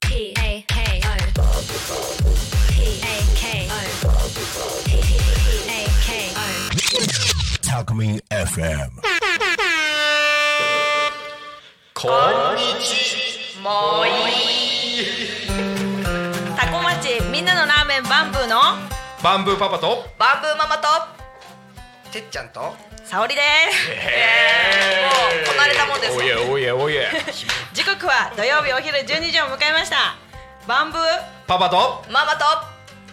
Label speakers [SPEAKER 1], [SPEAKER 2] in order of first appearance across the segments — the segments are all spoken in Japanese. [SPEAKER 1] P A K O. P A K O. P A K O.
[SPEAKER 2] Talk Me FM.
[SPEAKER 3] こんにちは。もういい。
[SPEAKER 4] タコ町みんなのラーメンバンブーの
[SPEAKER 3] バンブーパパと。
[SPEAKER 4] バンブーママと
[SPEAKER 5] てっちゃんと
[SPEAKER 4] 沙織で
[SPEAKER 3] え
[SPEAKER 4] もうこなれたもんです
[SPEAKER 3] おいえおいえおいえ。
[SPEAKER 4] す時刻は土曜日お昼12時を迎えましたバンブー
[SPEAKER 3] パパと。
[SPEAKER 4] ママと、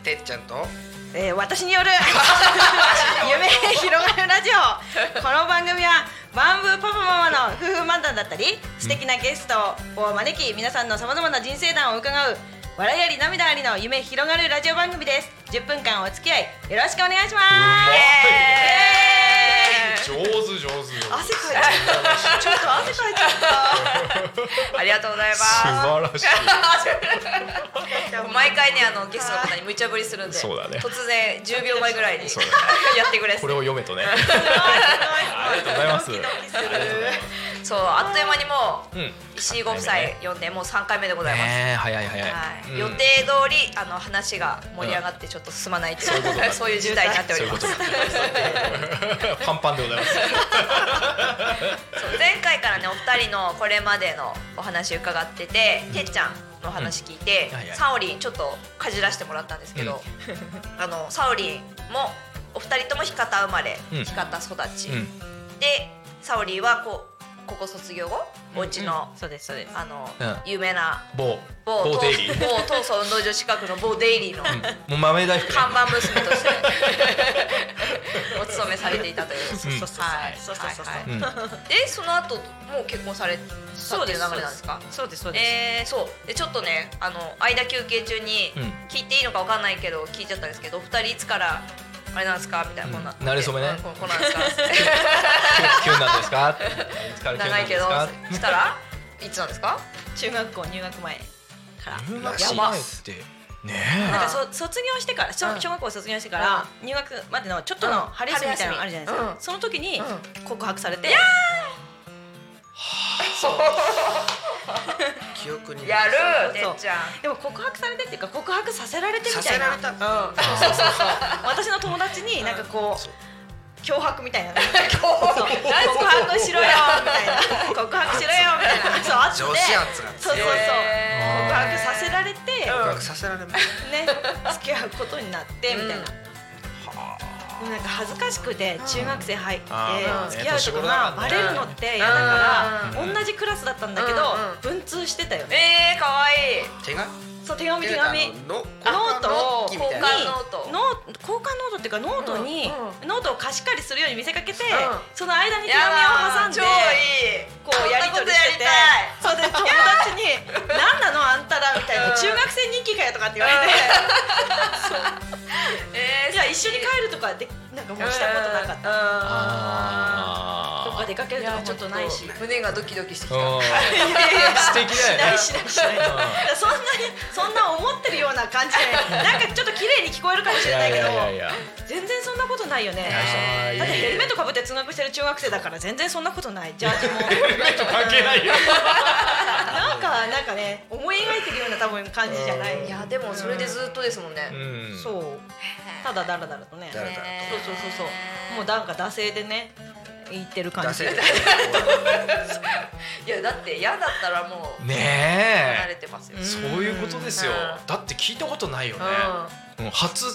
[SPEAKER 5] てっちゃんと
[SPEAKER 4] えー、私に よる夢広がるラジオこの番組はバンブーパパママの夫婦漫談だったり素敵なゲストを招き皆さんのさまざまな人生談を伺う笑いあり涙ありの夢広がるラジオ番組です10分間お付き合いよろしくお願いしますイエーイ
[SPEAKER 3] 上手上手。
[SPEAKER 4] 汗かいちゃった。ちょっと汗かいちゃっ
[SPEAKER 6] ありがとうございま
[SPEAKER 3] 素晴らしい。
[SPEAKER 6] す。毎回ねあのゲストの方に無茶ぶりするんで、
[SPEAKER 3] そうだね
[SPEAKER 6] 突然10秒前ぐらいに や
[SPEAKER 3] そうだ
[SPEAKER 6] ってくれ
[SPEAKER 3] こ
[SPEAKER 6] そう
[SPEAKER 3] れを読めとね。
[SPEAKER 4] た。
[SPEAKER 3] ありがとうございます
[SPEAKER 4] ドキドキする。
[SPEAKER 6] あっという間にも
[SPEAKER 3] うん。ね
[SPEAKER 6] う石井ご夫妻呼んでもう3回目でございます。
[SPEAKER 3] え早い早い。
[SPEAKER 6] はい
[SPEAKER 3] うん
[SPEAKER 6] 予定通りあの話が盛り上がってちょっと進まないという、 そういう事態になってお
[SPEAKER 3] そうい
[SPEAKER 6] り
[SPEAKER 3] う
[SPEAKER 6] ま
[SPEAKER 3] こと。
[SPEAKER 6] す
[SPEAKER 3] パンパンでございます。
[SPEAKER 6] そう前回からねお二人のこれまでのお話伺ってて、てっちゃんの話聞いて、
[SPEAKER 3] うんはいはい
[SPEAKER 6] サオリンちょっとかじらしてもらったんですけど、 あのサオリンもお二人とも日方生まれ、
[SPEAKER 3] うん
[SPEAKER 6] 日方育ち、
[SPEAKER 3] うん。
[SPEAKER 6] でサオリンはこうここ卒業後お家の、
[SPEAKER 4] そうですそうです。
[SPEAKER 6] あの、
[SPEAKER 3] うん
[SPEAKER 6] 有名な
[SPEAKER 3] 某
[SPEAKER 6] 某
[SPEAKER 3] 某
[SPEAKER 6] 某
[SPEAKER 3] デイリー。
[SPEAKER 6] 某闘争運動場近くの某デイリーの
[SPEAKER 3] もう豆大福ね。
[SPEAKER 6] 看板娘 としてお勤めされていたという。
[SPEAKER 4] そうそうそう。
[SPEAKER 6] はい
[SPEAKER 4] そうそうそう。
[SPEAKER 6] はい
[SPEAKER 3] うん。
[SPEAKER 6] でその後もう結婚された
[SPEAKER 4] そう
[SPEAKER 6] って
[SPEAKER 4] で
[SPEAKER 6] いう
[SPEAKER 4] す
[SPEAKER 6] 流れなんですか
[SPEAKER 4] そうですそうです。
[SPEAKER 6] えー、そうでちょっとねあの間休憩中に
[SPEAKER 3] うん
[SPEAKER 6] 聞いていいのかわかんないけど聞いちゃったんですけどお二人いつからあれなんですかみたいなこんな、
[SPEAKER 3] うん馴れ初めね
[SPEAKER 6] うんここんなん ですか
[SPEAKER 3] 急急なんですか。いつから急
[SPEAKER 6] 長いけど
[SPEAKER 3] なんですか
[SPEAKER 6] したらいつなんですか
[SPEAKER 4] 中学校入学前から。
[SPEAKER 3] 入学
[SPEAKER 6] やば
[SPEAKER 3] 前って。ね
[SPEAKER 4] なんかそ卒業してから小
[SPEAKER 6] うん
[SPEAKER 4] 小学校卒業してから入学までのちょっとの春休みみたいなのあるじゃないです
[SPEAKER 6] う
[SPEAKER 4] か
[SPEAKER 6] ん。
[SPEAKER 4] その時に
[SPEAKER 6] うん
[SPEAKER 4] 告白されて。
[SPEAKER 5] 記憶に
[SPEAKER 6] やる
[SPEAKER 4] そうそう
[SPEAKER 6] てっちゃん
[SPEAKER 4] でも告白されてっていうか告白させられてみ
[SPEAKER 5] さ
[SPEAKER 4] た
[SPEAKER 5] せ
[SPEAKER 4] いな
[SPEAKER 5] られたんだ
[SPEAKER 4] 私の友達になんかこう脅迫みたいな
[SPEAKER 6] 今
[SPEAKER 4] そう告白しろよみたいな告白しろよみたいなそうあって
[SPEAKER 5] 女子圧が
[SPEAKER 4] そうそうそう
[SPEAKER 5] 強い
[SPEAKER 4] 告白させられて、
[SPEAKER 5] 告白させられます
[SPEAKER 4] ね付き合うことになってみたいな、
[SPEAKER 6] うん
[SPEAKER 4] でもなんか恥ずかしくて中学生入って
[SPEAKER 3] あー
[SPEAKER 4] 付き合うとかがバレるのって嫌だから同じクラスだったんだけど文通してたよね
[SPEAKER 6] えー、かわいい
[SPEAKER 5] 手が
[SPEAKER 4] そう手紙手
[SPEAKER 5] あの
[SPEAKER 4] 紙
[SPEAKER 5] の
[SPEAKER 4] あノートを
[SPEAKER 5] ノッキみたいな
[SPEAKER 6] 交換ノート
[SPEAKER 4] ノー交換ノートっていうかノートに
[SPEAKER 6] う
[SPEAKER 4] ノートを貸し借りするように見せかけて
[SPEAKER 6] ん
[SPEAKER 4] その間に手紙
[SPEAKER 6] や
[SPEAKER 4] を
[SPEAKER 6] だ
[SPEAKER 4] 挟んで
[SPEAKER 6] 超いい
[SPEAKER 4] こうやり取りしてて
[SPEAKER 6] こ
[SPEAKER 4] それで友達に「何なのあんたら」みたいな「
[SPEAKER 6] うん
[SPEAKER 4] 中学生人気かよ」とかって言われて
[SPEAKER 6] んなことやりたいえー、
[SPEAKER 4] いや一緒に帰るとかでなんかもうしたことなかった
[SPEAKER 6] あ
[SPEAKER 3] あ
[SPEAKER 4] どっか出かけるとかちょっとないし。
[SPEAKER 6] 胸がドキドキしてきた
[SPEAKER 3] うん
[SPEAKER 4] いやいやいや
[SPEAKER 3] 素敵だよね
[SPEAKER 4] しないしないしない。そんなにそんな思ってるような感じでなんかちょっと綺麗に聞こえるかもし
[SPEAKER 3] い
[SPEAKER 4] れ
[SPEAKER 3] や
[SPEAKER 4] ない
[SPEAKER 3] い
[SPEAKER 4] けど
[SPEAKER 3] やいやいや
[SPEAKER 4] 全然そんなことないよね。
[SPEAKER 3] えー
[SPEAKER 4] だってヘルメットかぶって通学してる中学生だから全然そんなことない。ジャージも
[SPEAKER 3] 関係ないよ
[SPEAKER 4] なんかなんかね思い描いてるような多分感じじゃない。
[SPEAKER 6] いやでもそれでずっとですもんね、
[SPEAKER 3] うん
[SPEAKER 4] そう。ただだらだらとね。そ
[SPEAKER 5] だ
[SPEAKER 4] う
[SPEAKER 5] らだら
[SPEAKER 4] そうそうそう。もうなんか惰性でね言ってる
[SPEAKER 5] と
[SPEAKER 4] 感
[SPEAKER 5] 出
[SPEAKER 4] じ
[SPEAKER 5] せ
[SPEAKER 4] で。
[SPEAKER 5] る
[SPEAKER 6] いやだって嫌だったらもう離
[SPEAKER 3] ね
[SPEAKER 6] れ
[SPEAKER 3] え
[SPEAKER 6] てますよ、
[SPEAKER 3] そういうことですよ
[SPEAKER 6] う
[SPEAKER 3] だって聞いたことないよねうん初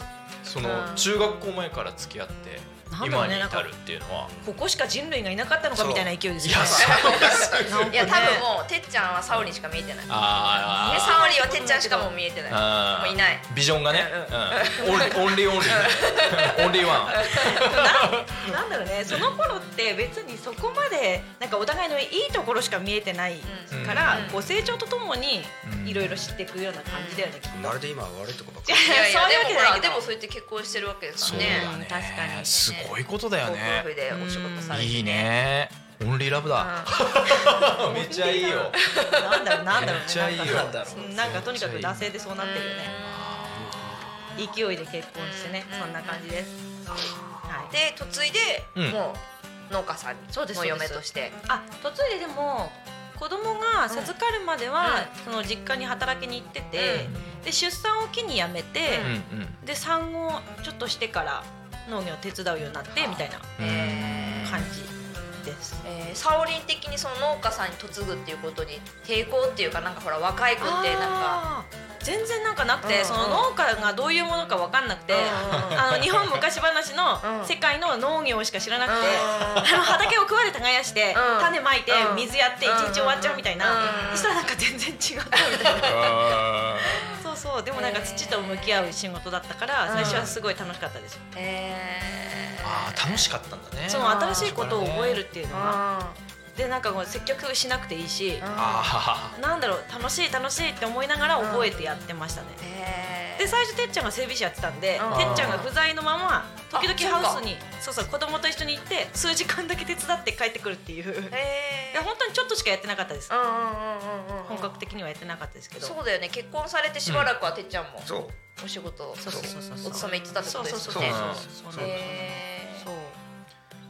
[SPEAKER 3] その
[SPEAKER 6] うん
[SPEAKER 3] 中学校前から付き合って
[SPEAKER 4] なんだろ
[SPEAKER 3] 今
[SPEAKER 4] うね
[SPEAKER 3] に至るっていうのは
[SPEAKER 4] ここしか人類がいなかったのかみたいな勢いです
[SPEAKER 3] い
[SPEAKER 4] よね
[SPEAKER 3] や。そうです
[SPEAKER 6] いや多分もうてっちゃんはサオリンしか見えてないね
[SPEAKER 3] あ
[SPEAKER 6] サオリンはてっちゃんしかもう見えてない
[SPEAKER 3] ーあー
[SPEAKER 6] もういない
[SPEAKER 3] ビジョンがねうんオンリーオンリーオンリーオンリーワン
[SPEAKER 4] なんだろうねその頃って別にそこまでなんかお互いのいいところしか見えてない
[SPEAKER 6] うん
[SPEAKER 4] から、
[SPEAKER 6] うん
[SPEAKER 4] こう成長とともに
[SPEAKER 3] うん
[SPEAKER 4] いろいろ知っていくような感じだよね、きっと
[SPEAKER 5] まるで今悪いとこばっか
[SPEAKER 4] い
[SPEAKER 5] り
[SPEAKER 6] いやい や
[SPEAKER 4] そういうわ
[SPEAKER 6] で
[SPEAKER 4] け
[SPEAKER 6] も
[SPEAKER 4] じゃ
[SPEAKER 6] ほ
[SPEAKER 4] ない
[SPEAKER 6] ら
[SPEAKER 4] け
[SPEAKER 6] で
[SPEAKER 4] ど
[SPEAKER 6] もそうやって結婚してるわけです
[SPEAKER 3] そ
[SPEAKER 6] か
[SPEAKER 3] う
[SPEAKER 6] らね
[SPEAKER 3] だね
[SPEAKER 4] 確かに
[SPEAKER 3] すごいことだよ
[SPEAKER 6] ご
[SPEAKER 3] ね
[SPEAKER 6] 夫婦でお仕事されて
[SPEAKER 3] いいねオンリーラブだめっちゃいいよ
[SPEAKER 4] なんだろうなんだろう
[SPEAKER 3] めっちゃいいよ
[SPEAKER 4] なんかうんなんかとにかく惰性でそうなってるよね勢いで結婚してねそんな感じです、はい、で
[SPEAKER 6] で嫁いで、
[SPEAKER 3] うん
[SPEAKER 6] もう農家さんに
[SPEAKER 4] そうです
[SPEAKER 6] もう
[SPEAKER 4] そうで
[SPEAKER 6] 嫁
[SPEAKER 4] す
[SPEAKER 6] として
[SPEAKER 4] あ嫁いででも子供が授かるまでは、その実家に働きに行ってて、で出産を機に辞めて、
[SPEAKER 3] うん
[SPEAKER 4] で産後ちょっとしてから農業を手伝うようになってみたいな
[SPEAKER 3] うん
[SPEAKER 6] え
[SPEAKER 4] 感じです。
[SPEAKER 6] えー、サオリン的にその農家さんに嫁ぐっていうことに抵抗っていうかなんかほら若い子ってなんか
[SPEAKER 4] あー全然なんかなくて、
[SPEAKER 6] うんうん
[SPEAKER 4] その農家がどういうものか分かんなくて、
[SPEAKER 6] うんうんうん
[SPEAKER 4] あの日本昔話
[SPEAKER 6] う
[SPEAKER 4] の
[SPEAKER 6] ん
[SPEAKER 4] 世界の農業しか知らなくて、
[SPEAKER 6] うん
[SPEAKER 4] あの畑を食われ耕して、
[SPEAKER 6] うん
[SPEAKER 4] 種まいて、
[SPEAKER 6] うん
[SPEAKER 4] 水やって一日終わっちゃうみたいな、
[SPEAKER 6] うん
[SPEAKER 4] そしたらなんか全然違うみたいなそうそうでもなんか土と向き合う仕事だったから
[SPEAKER 6] うん
[SPEAKER 4] 最初はすごい楽しかったですよ、
[SPEAKER 6] えー、
[SPEAKER 3] あー楽しかったんだね
[SPEAKER 4] その新しいことを覚えるっていうのは、
[SPEAKER 6] あ
[SPEAKER 4] でなんかこう接客しなくていいし、
[SPEAKER 6] あ
[SPEAKER 3] あ
[SPEAKER 4] なんだろう楽しい楽しいって思いながら覚えてやってましたね、
[SPEAKER 6] えー、
[SPEAKER 4] で最初てっちゃんが整備士やってたんで
[SPEAKER 6] うん
[SPEAKER 4] てっちゃんが不在のまま時
[SPEAKER 6] あ
[SPEAKER 4] 々ハウスにそうそう子供と一緒に行って数時間だけ手伝って帰ってくるっていうい
[SPEAKER 6] え
[SPEAKER 4] や本当にちょっとしかやってなかったです
[SPEAKER 6] ー、うんうんうんうんうん
[SPEAKER 4] 本格的にはやってなかったですけど
[SPEAKER 6] そうだよね結婚されてしばらくはてっちゃんも
[SPEAKER 5] そう
[SPEAKER 6] お仕事
[SPEAKER 4] そうそうそうそう
[SPEAKER 6] お勤め行ってたってことです
[SPEAKER 4] そう
[SPEAKER 5] そ
[SPEAKER 4] そうう
[SPEAKER 5] な
[SPEAKER 4] そう
[SPEAKER 5] の
[SPEAKER 4] そう
[SPEAKER 5] そ
[SPEAKER 4] そう
[SPEAKER 5] うなの
[SPEAKER 6] えー
[SPEAKER 4] そう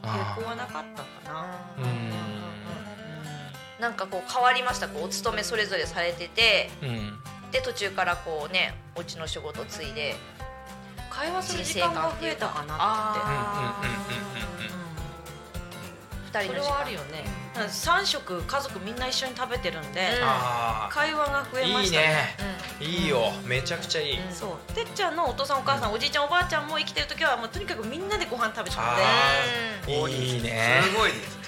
[SPEAKER 3] あ
[SPEAKER 4] 抵抗はなかったかな
[SPEAKER 6] うん
[SPEAKER 3] うん
[SPEAKER 6] なんかこう変わりましたこうお勤めそれぞれされてて
[SPEAKER 3] ーうん
[SPEAKER 6] で途中からこうねお家の仕事継いで
[SPEAKER 4] 会話する時間が増えたかなっ
[SPEAKER 6] あ
[SPEAKER 3] うんうんうんうん
[SPEAKER 4] て
[SPEAKER 3] う
[SPEAKER 4] それはあ
[SPEAKER 6] 二人の時間
[SPEAKER 4] るよね3食家族みんな一緒に食べてるんで
[SPEAKER 6] うん
[SPEAKER 3] あ
[SPEAKER 4] 会話が増
[SPEAKER 3] ー
[SPEAKER 4] えま
[SPEAKER 3] いい
[SPEAKER 4] した
[SPEAKER 3] ね
[SPEAKER 6] う
[SPEAKER 3] いいよめちゃくちゃいい
[SPEAKER 6] ん
[SPEAKER 4] そうてっちゃんのお父さんお母さんおじいちゃんおばあちゃんも生きてる時はもうとにかくみんなでご飯食べてたので
[SPEAKER 3] あ
[SPEAKER 5] うん
[SPEAKER 3] いいね
[SPEAKER 5] すごいです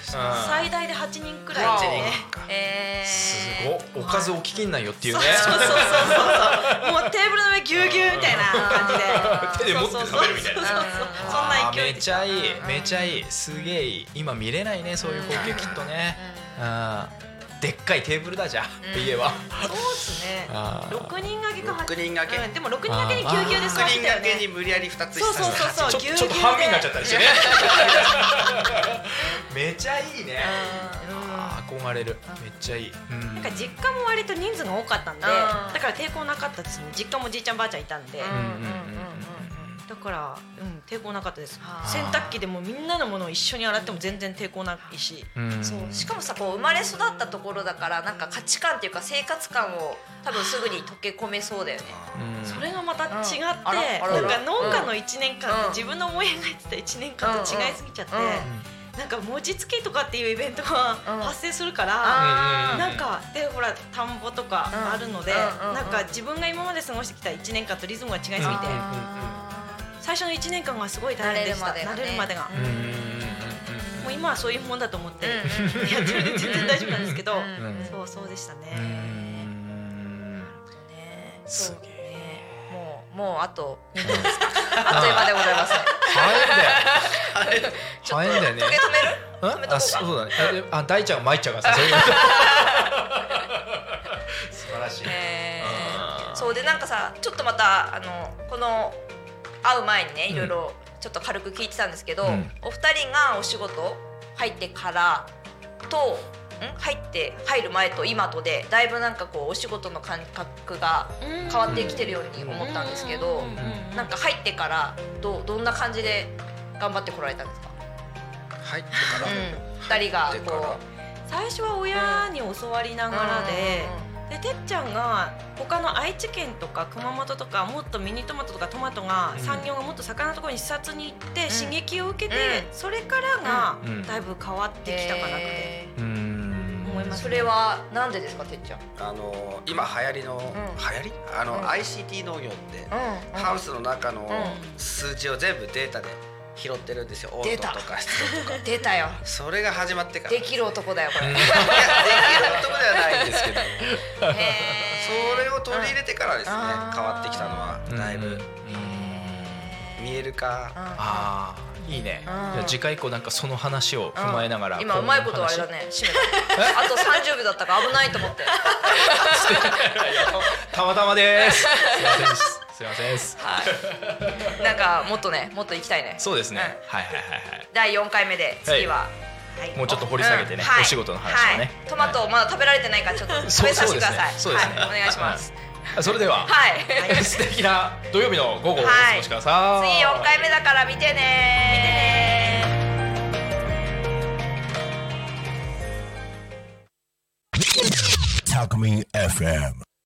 [SPEAKER 4] 最大で8人くらい
[SPEAKER 3] わお
[SPEAKER 4] でね
[SPEAKER 6] えー、
[SPEAKER 3] すごいおかずお聞きにないよっていう
[SPEAKER 4] そ
[SPEAKER 3] ね
[SPEAKER 4] うそうそうそうそうもうテーブルの上ぎゅうぎゅうみたいな感じで
[SPEAKER 6] あ ー
[SPEAKER 3] 手で持って食べるみたいな
[SPEAKER 4] そうそうそうそんな
[SPEAKER 3] あー
[SPEAKER 4] 勢い
[SPEAKER 3] め
[SPEAKER 4] で
[SPEAKER 3] ちゃいいめちゃいいすげえいい今見れないねそういう光景きっとねうんでっかいテーブルだじゃん
[SPEAKER 6] うん
[SPEAKER 3] 家は
[SPEAKER 4] そうですね
[SPEAKER 3] あー
[SPEAKER 4] 6人掛けか
[SPEAKER 5] 6
[SPEAKER 4] 8
[SPEAKER 5] 人掛け
[SPEAKER 4] うんでも6人掛けにぎゅうぎゅうで
[SPEAKER 5] 六
[SPEAKER 4] 座って
[SPEAKER 5] 人
[SPEAKER 4] たよ
[SPEAKER 5] 掛けに
[SPEAKER 4] ね
[SPEAKER 5] 無理やり2つ
[SPEAKER 4] そうそうそうそう
[SPEAKER 3] ちょ
[SPEAKER 4] ぎゅうぎゅうで
[SPEAKER 3] ちょっと半身になっちゃったりしてねめちゃいいねあー憧れるめっちゃいいうん
[SPEAKER 4] なんか実家も割と人数が多かったんでだ
[SPEAKER 6] あー
[SPEAKER 4] から抵抗なかったですね実家もじいちゃんばあちゃんいたんで
[SPEAKER 6] うん
[SPEAKER 3] うんうんうんうん
[SPEAKER 4] だから、うん、抵抗なかったです
[SPEAKER 6] あー
[SPEAKER 4] 洗濯機でもみんなのものを一緒に洗っても全然抵抗ないし
[SPEAKER 3] うんうん
[SPEAKER 6] そうしかもさこう生まれ育ったところだからなんか価値観っていうか生活感を多分すぐに溶け込めそうだよね。
[SPEAKER 3] うん
[SPEAKER 4] それがまた違って、
[SPEAKER 6] うん
[SPEAKER 4] なん
[SPEAKER 6] あ
[SPEAKER 4] から
[SPEAKER 6] あら
[SPEAKER 4] 農家の1年間
[SPEAKER 6] うん
[SPEAKER 4] と自分の思い描いてた1年間と違いすぎちゃって、
[SPEAKER 6] うんうんうん
[SPEAKER 4] なんか餅つきとかっていうイベントが
[SPEAKER 6] うん
[SPEAKER 4] 発生するか
[SPEAKER 3] う
[SPEAKER 4] ら、
[SPEAKER 3] ん
[SPEAKER 4] なんかでほら田んぼとかあるので、
[SPEAKER 6] うんうんうん
[SPEAKER 4] なんか自分が今まで過ごしてきた1年間とリズムが違いすぎて、
[SPEAKER 3] うん
[SPEAKER 6] あ
[SPEAKER 4] 最初の1年間がすごい大変でした
[SPEAKER 6] 慣れるまでがね
[SPEAKER 4] 慣れるまでが。
[SPEAKER 3] うんうんうんうん
[SPEAKER 4] もう今はそういうもんだと思って、
[SPEAKER 6] うん
[SPEAKER 4] やってるんで全然大丈夫なんですけど、
[SPEAKER 6] うんうん
[SPEAKER 4] そうそうでしたね、
[SPEAKER 3] うんうん
[SPEAKER 6] ーね
[SPEAKER 3] すげ
[SPEAKER 6] そうねもうもうあと2分 ですかあっという間でございますね。
[SPEAKER 3] 早いんだよ
[SPEAKER 6] ちょっと
[SPEAKER 3] 早いんだよね
[SPEAKER 6] 時計止め
[SPEAKER 3] ん
[SPEAKER 6] る？止めとこうか
[SPEAKER 3] あそうだねえあ大ちゃん舞ちゃんが さそういう素晴らしい
[SPEAKER 6] え
[SPEAKER 3] う
[SPEAKER 6] ー、
[SPEAKER 3] ん
[SPEAKER 6] そうでなんかさちょっとまたあのこの会う前にねいろいろちょっと軽く聞いてたんですけ
[SPEAKER 3] う
[SPEAKER 6] ど、
[SPEAKER 3] ん
[SPEAKER 6] お二人がお仕事入ってからとん入って入る前と今とでだいぶなんかこうお仕事の感覚が
[SPEAKER 4] 変
[SPEAKER 6] 変わってきてるように思ったんですけど、
[SPEAKER 3] うん
[SPEAKER 6] なんか入ってからどうどんな感じで頑張ってこられたんですか、
[SPEAKER 5] 入って
[SPEAKER 6] う
[SPEAKER 5] か
[SPEAKER 6] ん
[SPEAKER 5] ら、
[SPEAKER 6] 二人が
[SPEAKER 5] 入ってか
[SPEAKER 6] こ
[SPEAKER 5] ら
[SPEAKER 4] 最初は親に教わりな
[SPEAKER 6] う
[SPEAKER 4] がらで、でてっちゃんが他の愛知県とか熊本とかもっとミニトマトとかトマトが
[SPEAKER 3] うん
[SPEAKER 4] 産業がもっと盛んなところに視察に行って刺激を受けて、
[SPEAKER 6] う
[SPEAKER 4] それから
[SPEAKER 3] うんうん
[SPEAKER 4] がだいぶ変わってきたかなって
[SPEAKER 6] え
[SPEAKER 3] うーん
[SPEAKER 4] 思い
[SPEAKER 6] ー
[SPEAKER 4] ます
[SPEAKER 6] それはなんでですかてっちゃん、
[SPEAKER 5] あの今流行りの、流行りあの、
[SPEAKER 6] うん
[SPEAKER 5] ICT 農業って、ハウスの中の数字を全部データで拾ってるんですよ、温
[SPEAKER 6] デ
[SPEAKER 5] 度
[SPEAKER 6] ー
[SPEAKER 5] と
[SPEAKER 6] タ
[SPEAKER 5] か湿度とか
[SPEAKER 6] 出たよ
[SPEAKER 5] それが始まってから
[SPEAKER 6] できる男だよこ
[SPEAKER 3] う
[SPEAKER 6] れ、
[SPEAKER 3] ん
[SPEAKER 5] いやできる男ではないんですけど
[SPEAKER 6] へー
[SPEAKER 5] それを取り入れてからですね変
[SPEAKER 6] あー
[SPEAKER 5] わってきたのはだいぶ、
[SPEAKER 3] うん
[SPEAKER 5] 見えるか
[SPEAKER 3] あーいいねじゃあ次回以降なんかその話を踏まえながら
[SPEAKER 6] 今うまいことあれだね締めたあと30秒だったから危ないと思って
[SPEAKER 3] たまたまですすいませんです
[SPEAKER 6] はいなんかもっとねもっと行きたいね
[SPEAKER 3] そうですね
[SPEAKER 6] うん
[SPEAKER 3] はいはいはいはい
[SPEAKER 6] 第4回目で次は、はい
[SPEAKER 3] もうちょっと掘り下げてね
[SPEAKER 6] うんはい
[SPEAKER 3] お仕事の話をね
[SPEAKER 6] はいトマトまだ食べられてないからちょっと食べさせてください
[SPEAKER 3] そうそうですねそうですね
[SPEAKER 6] はいお願いします
[SPEAKER 3] あそれでは
[SPEAKER 6] はい、
[SPEAKER 3] 素敵な土曜日の午後をお過ごしください
[SPEAKER 6] 次4回目だから見てね見
[SPEAKER 2] 「
[SPEAKER 6] てね
[SPEAKER 2] Talk Me FM.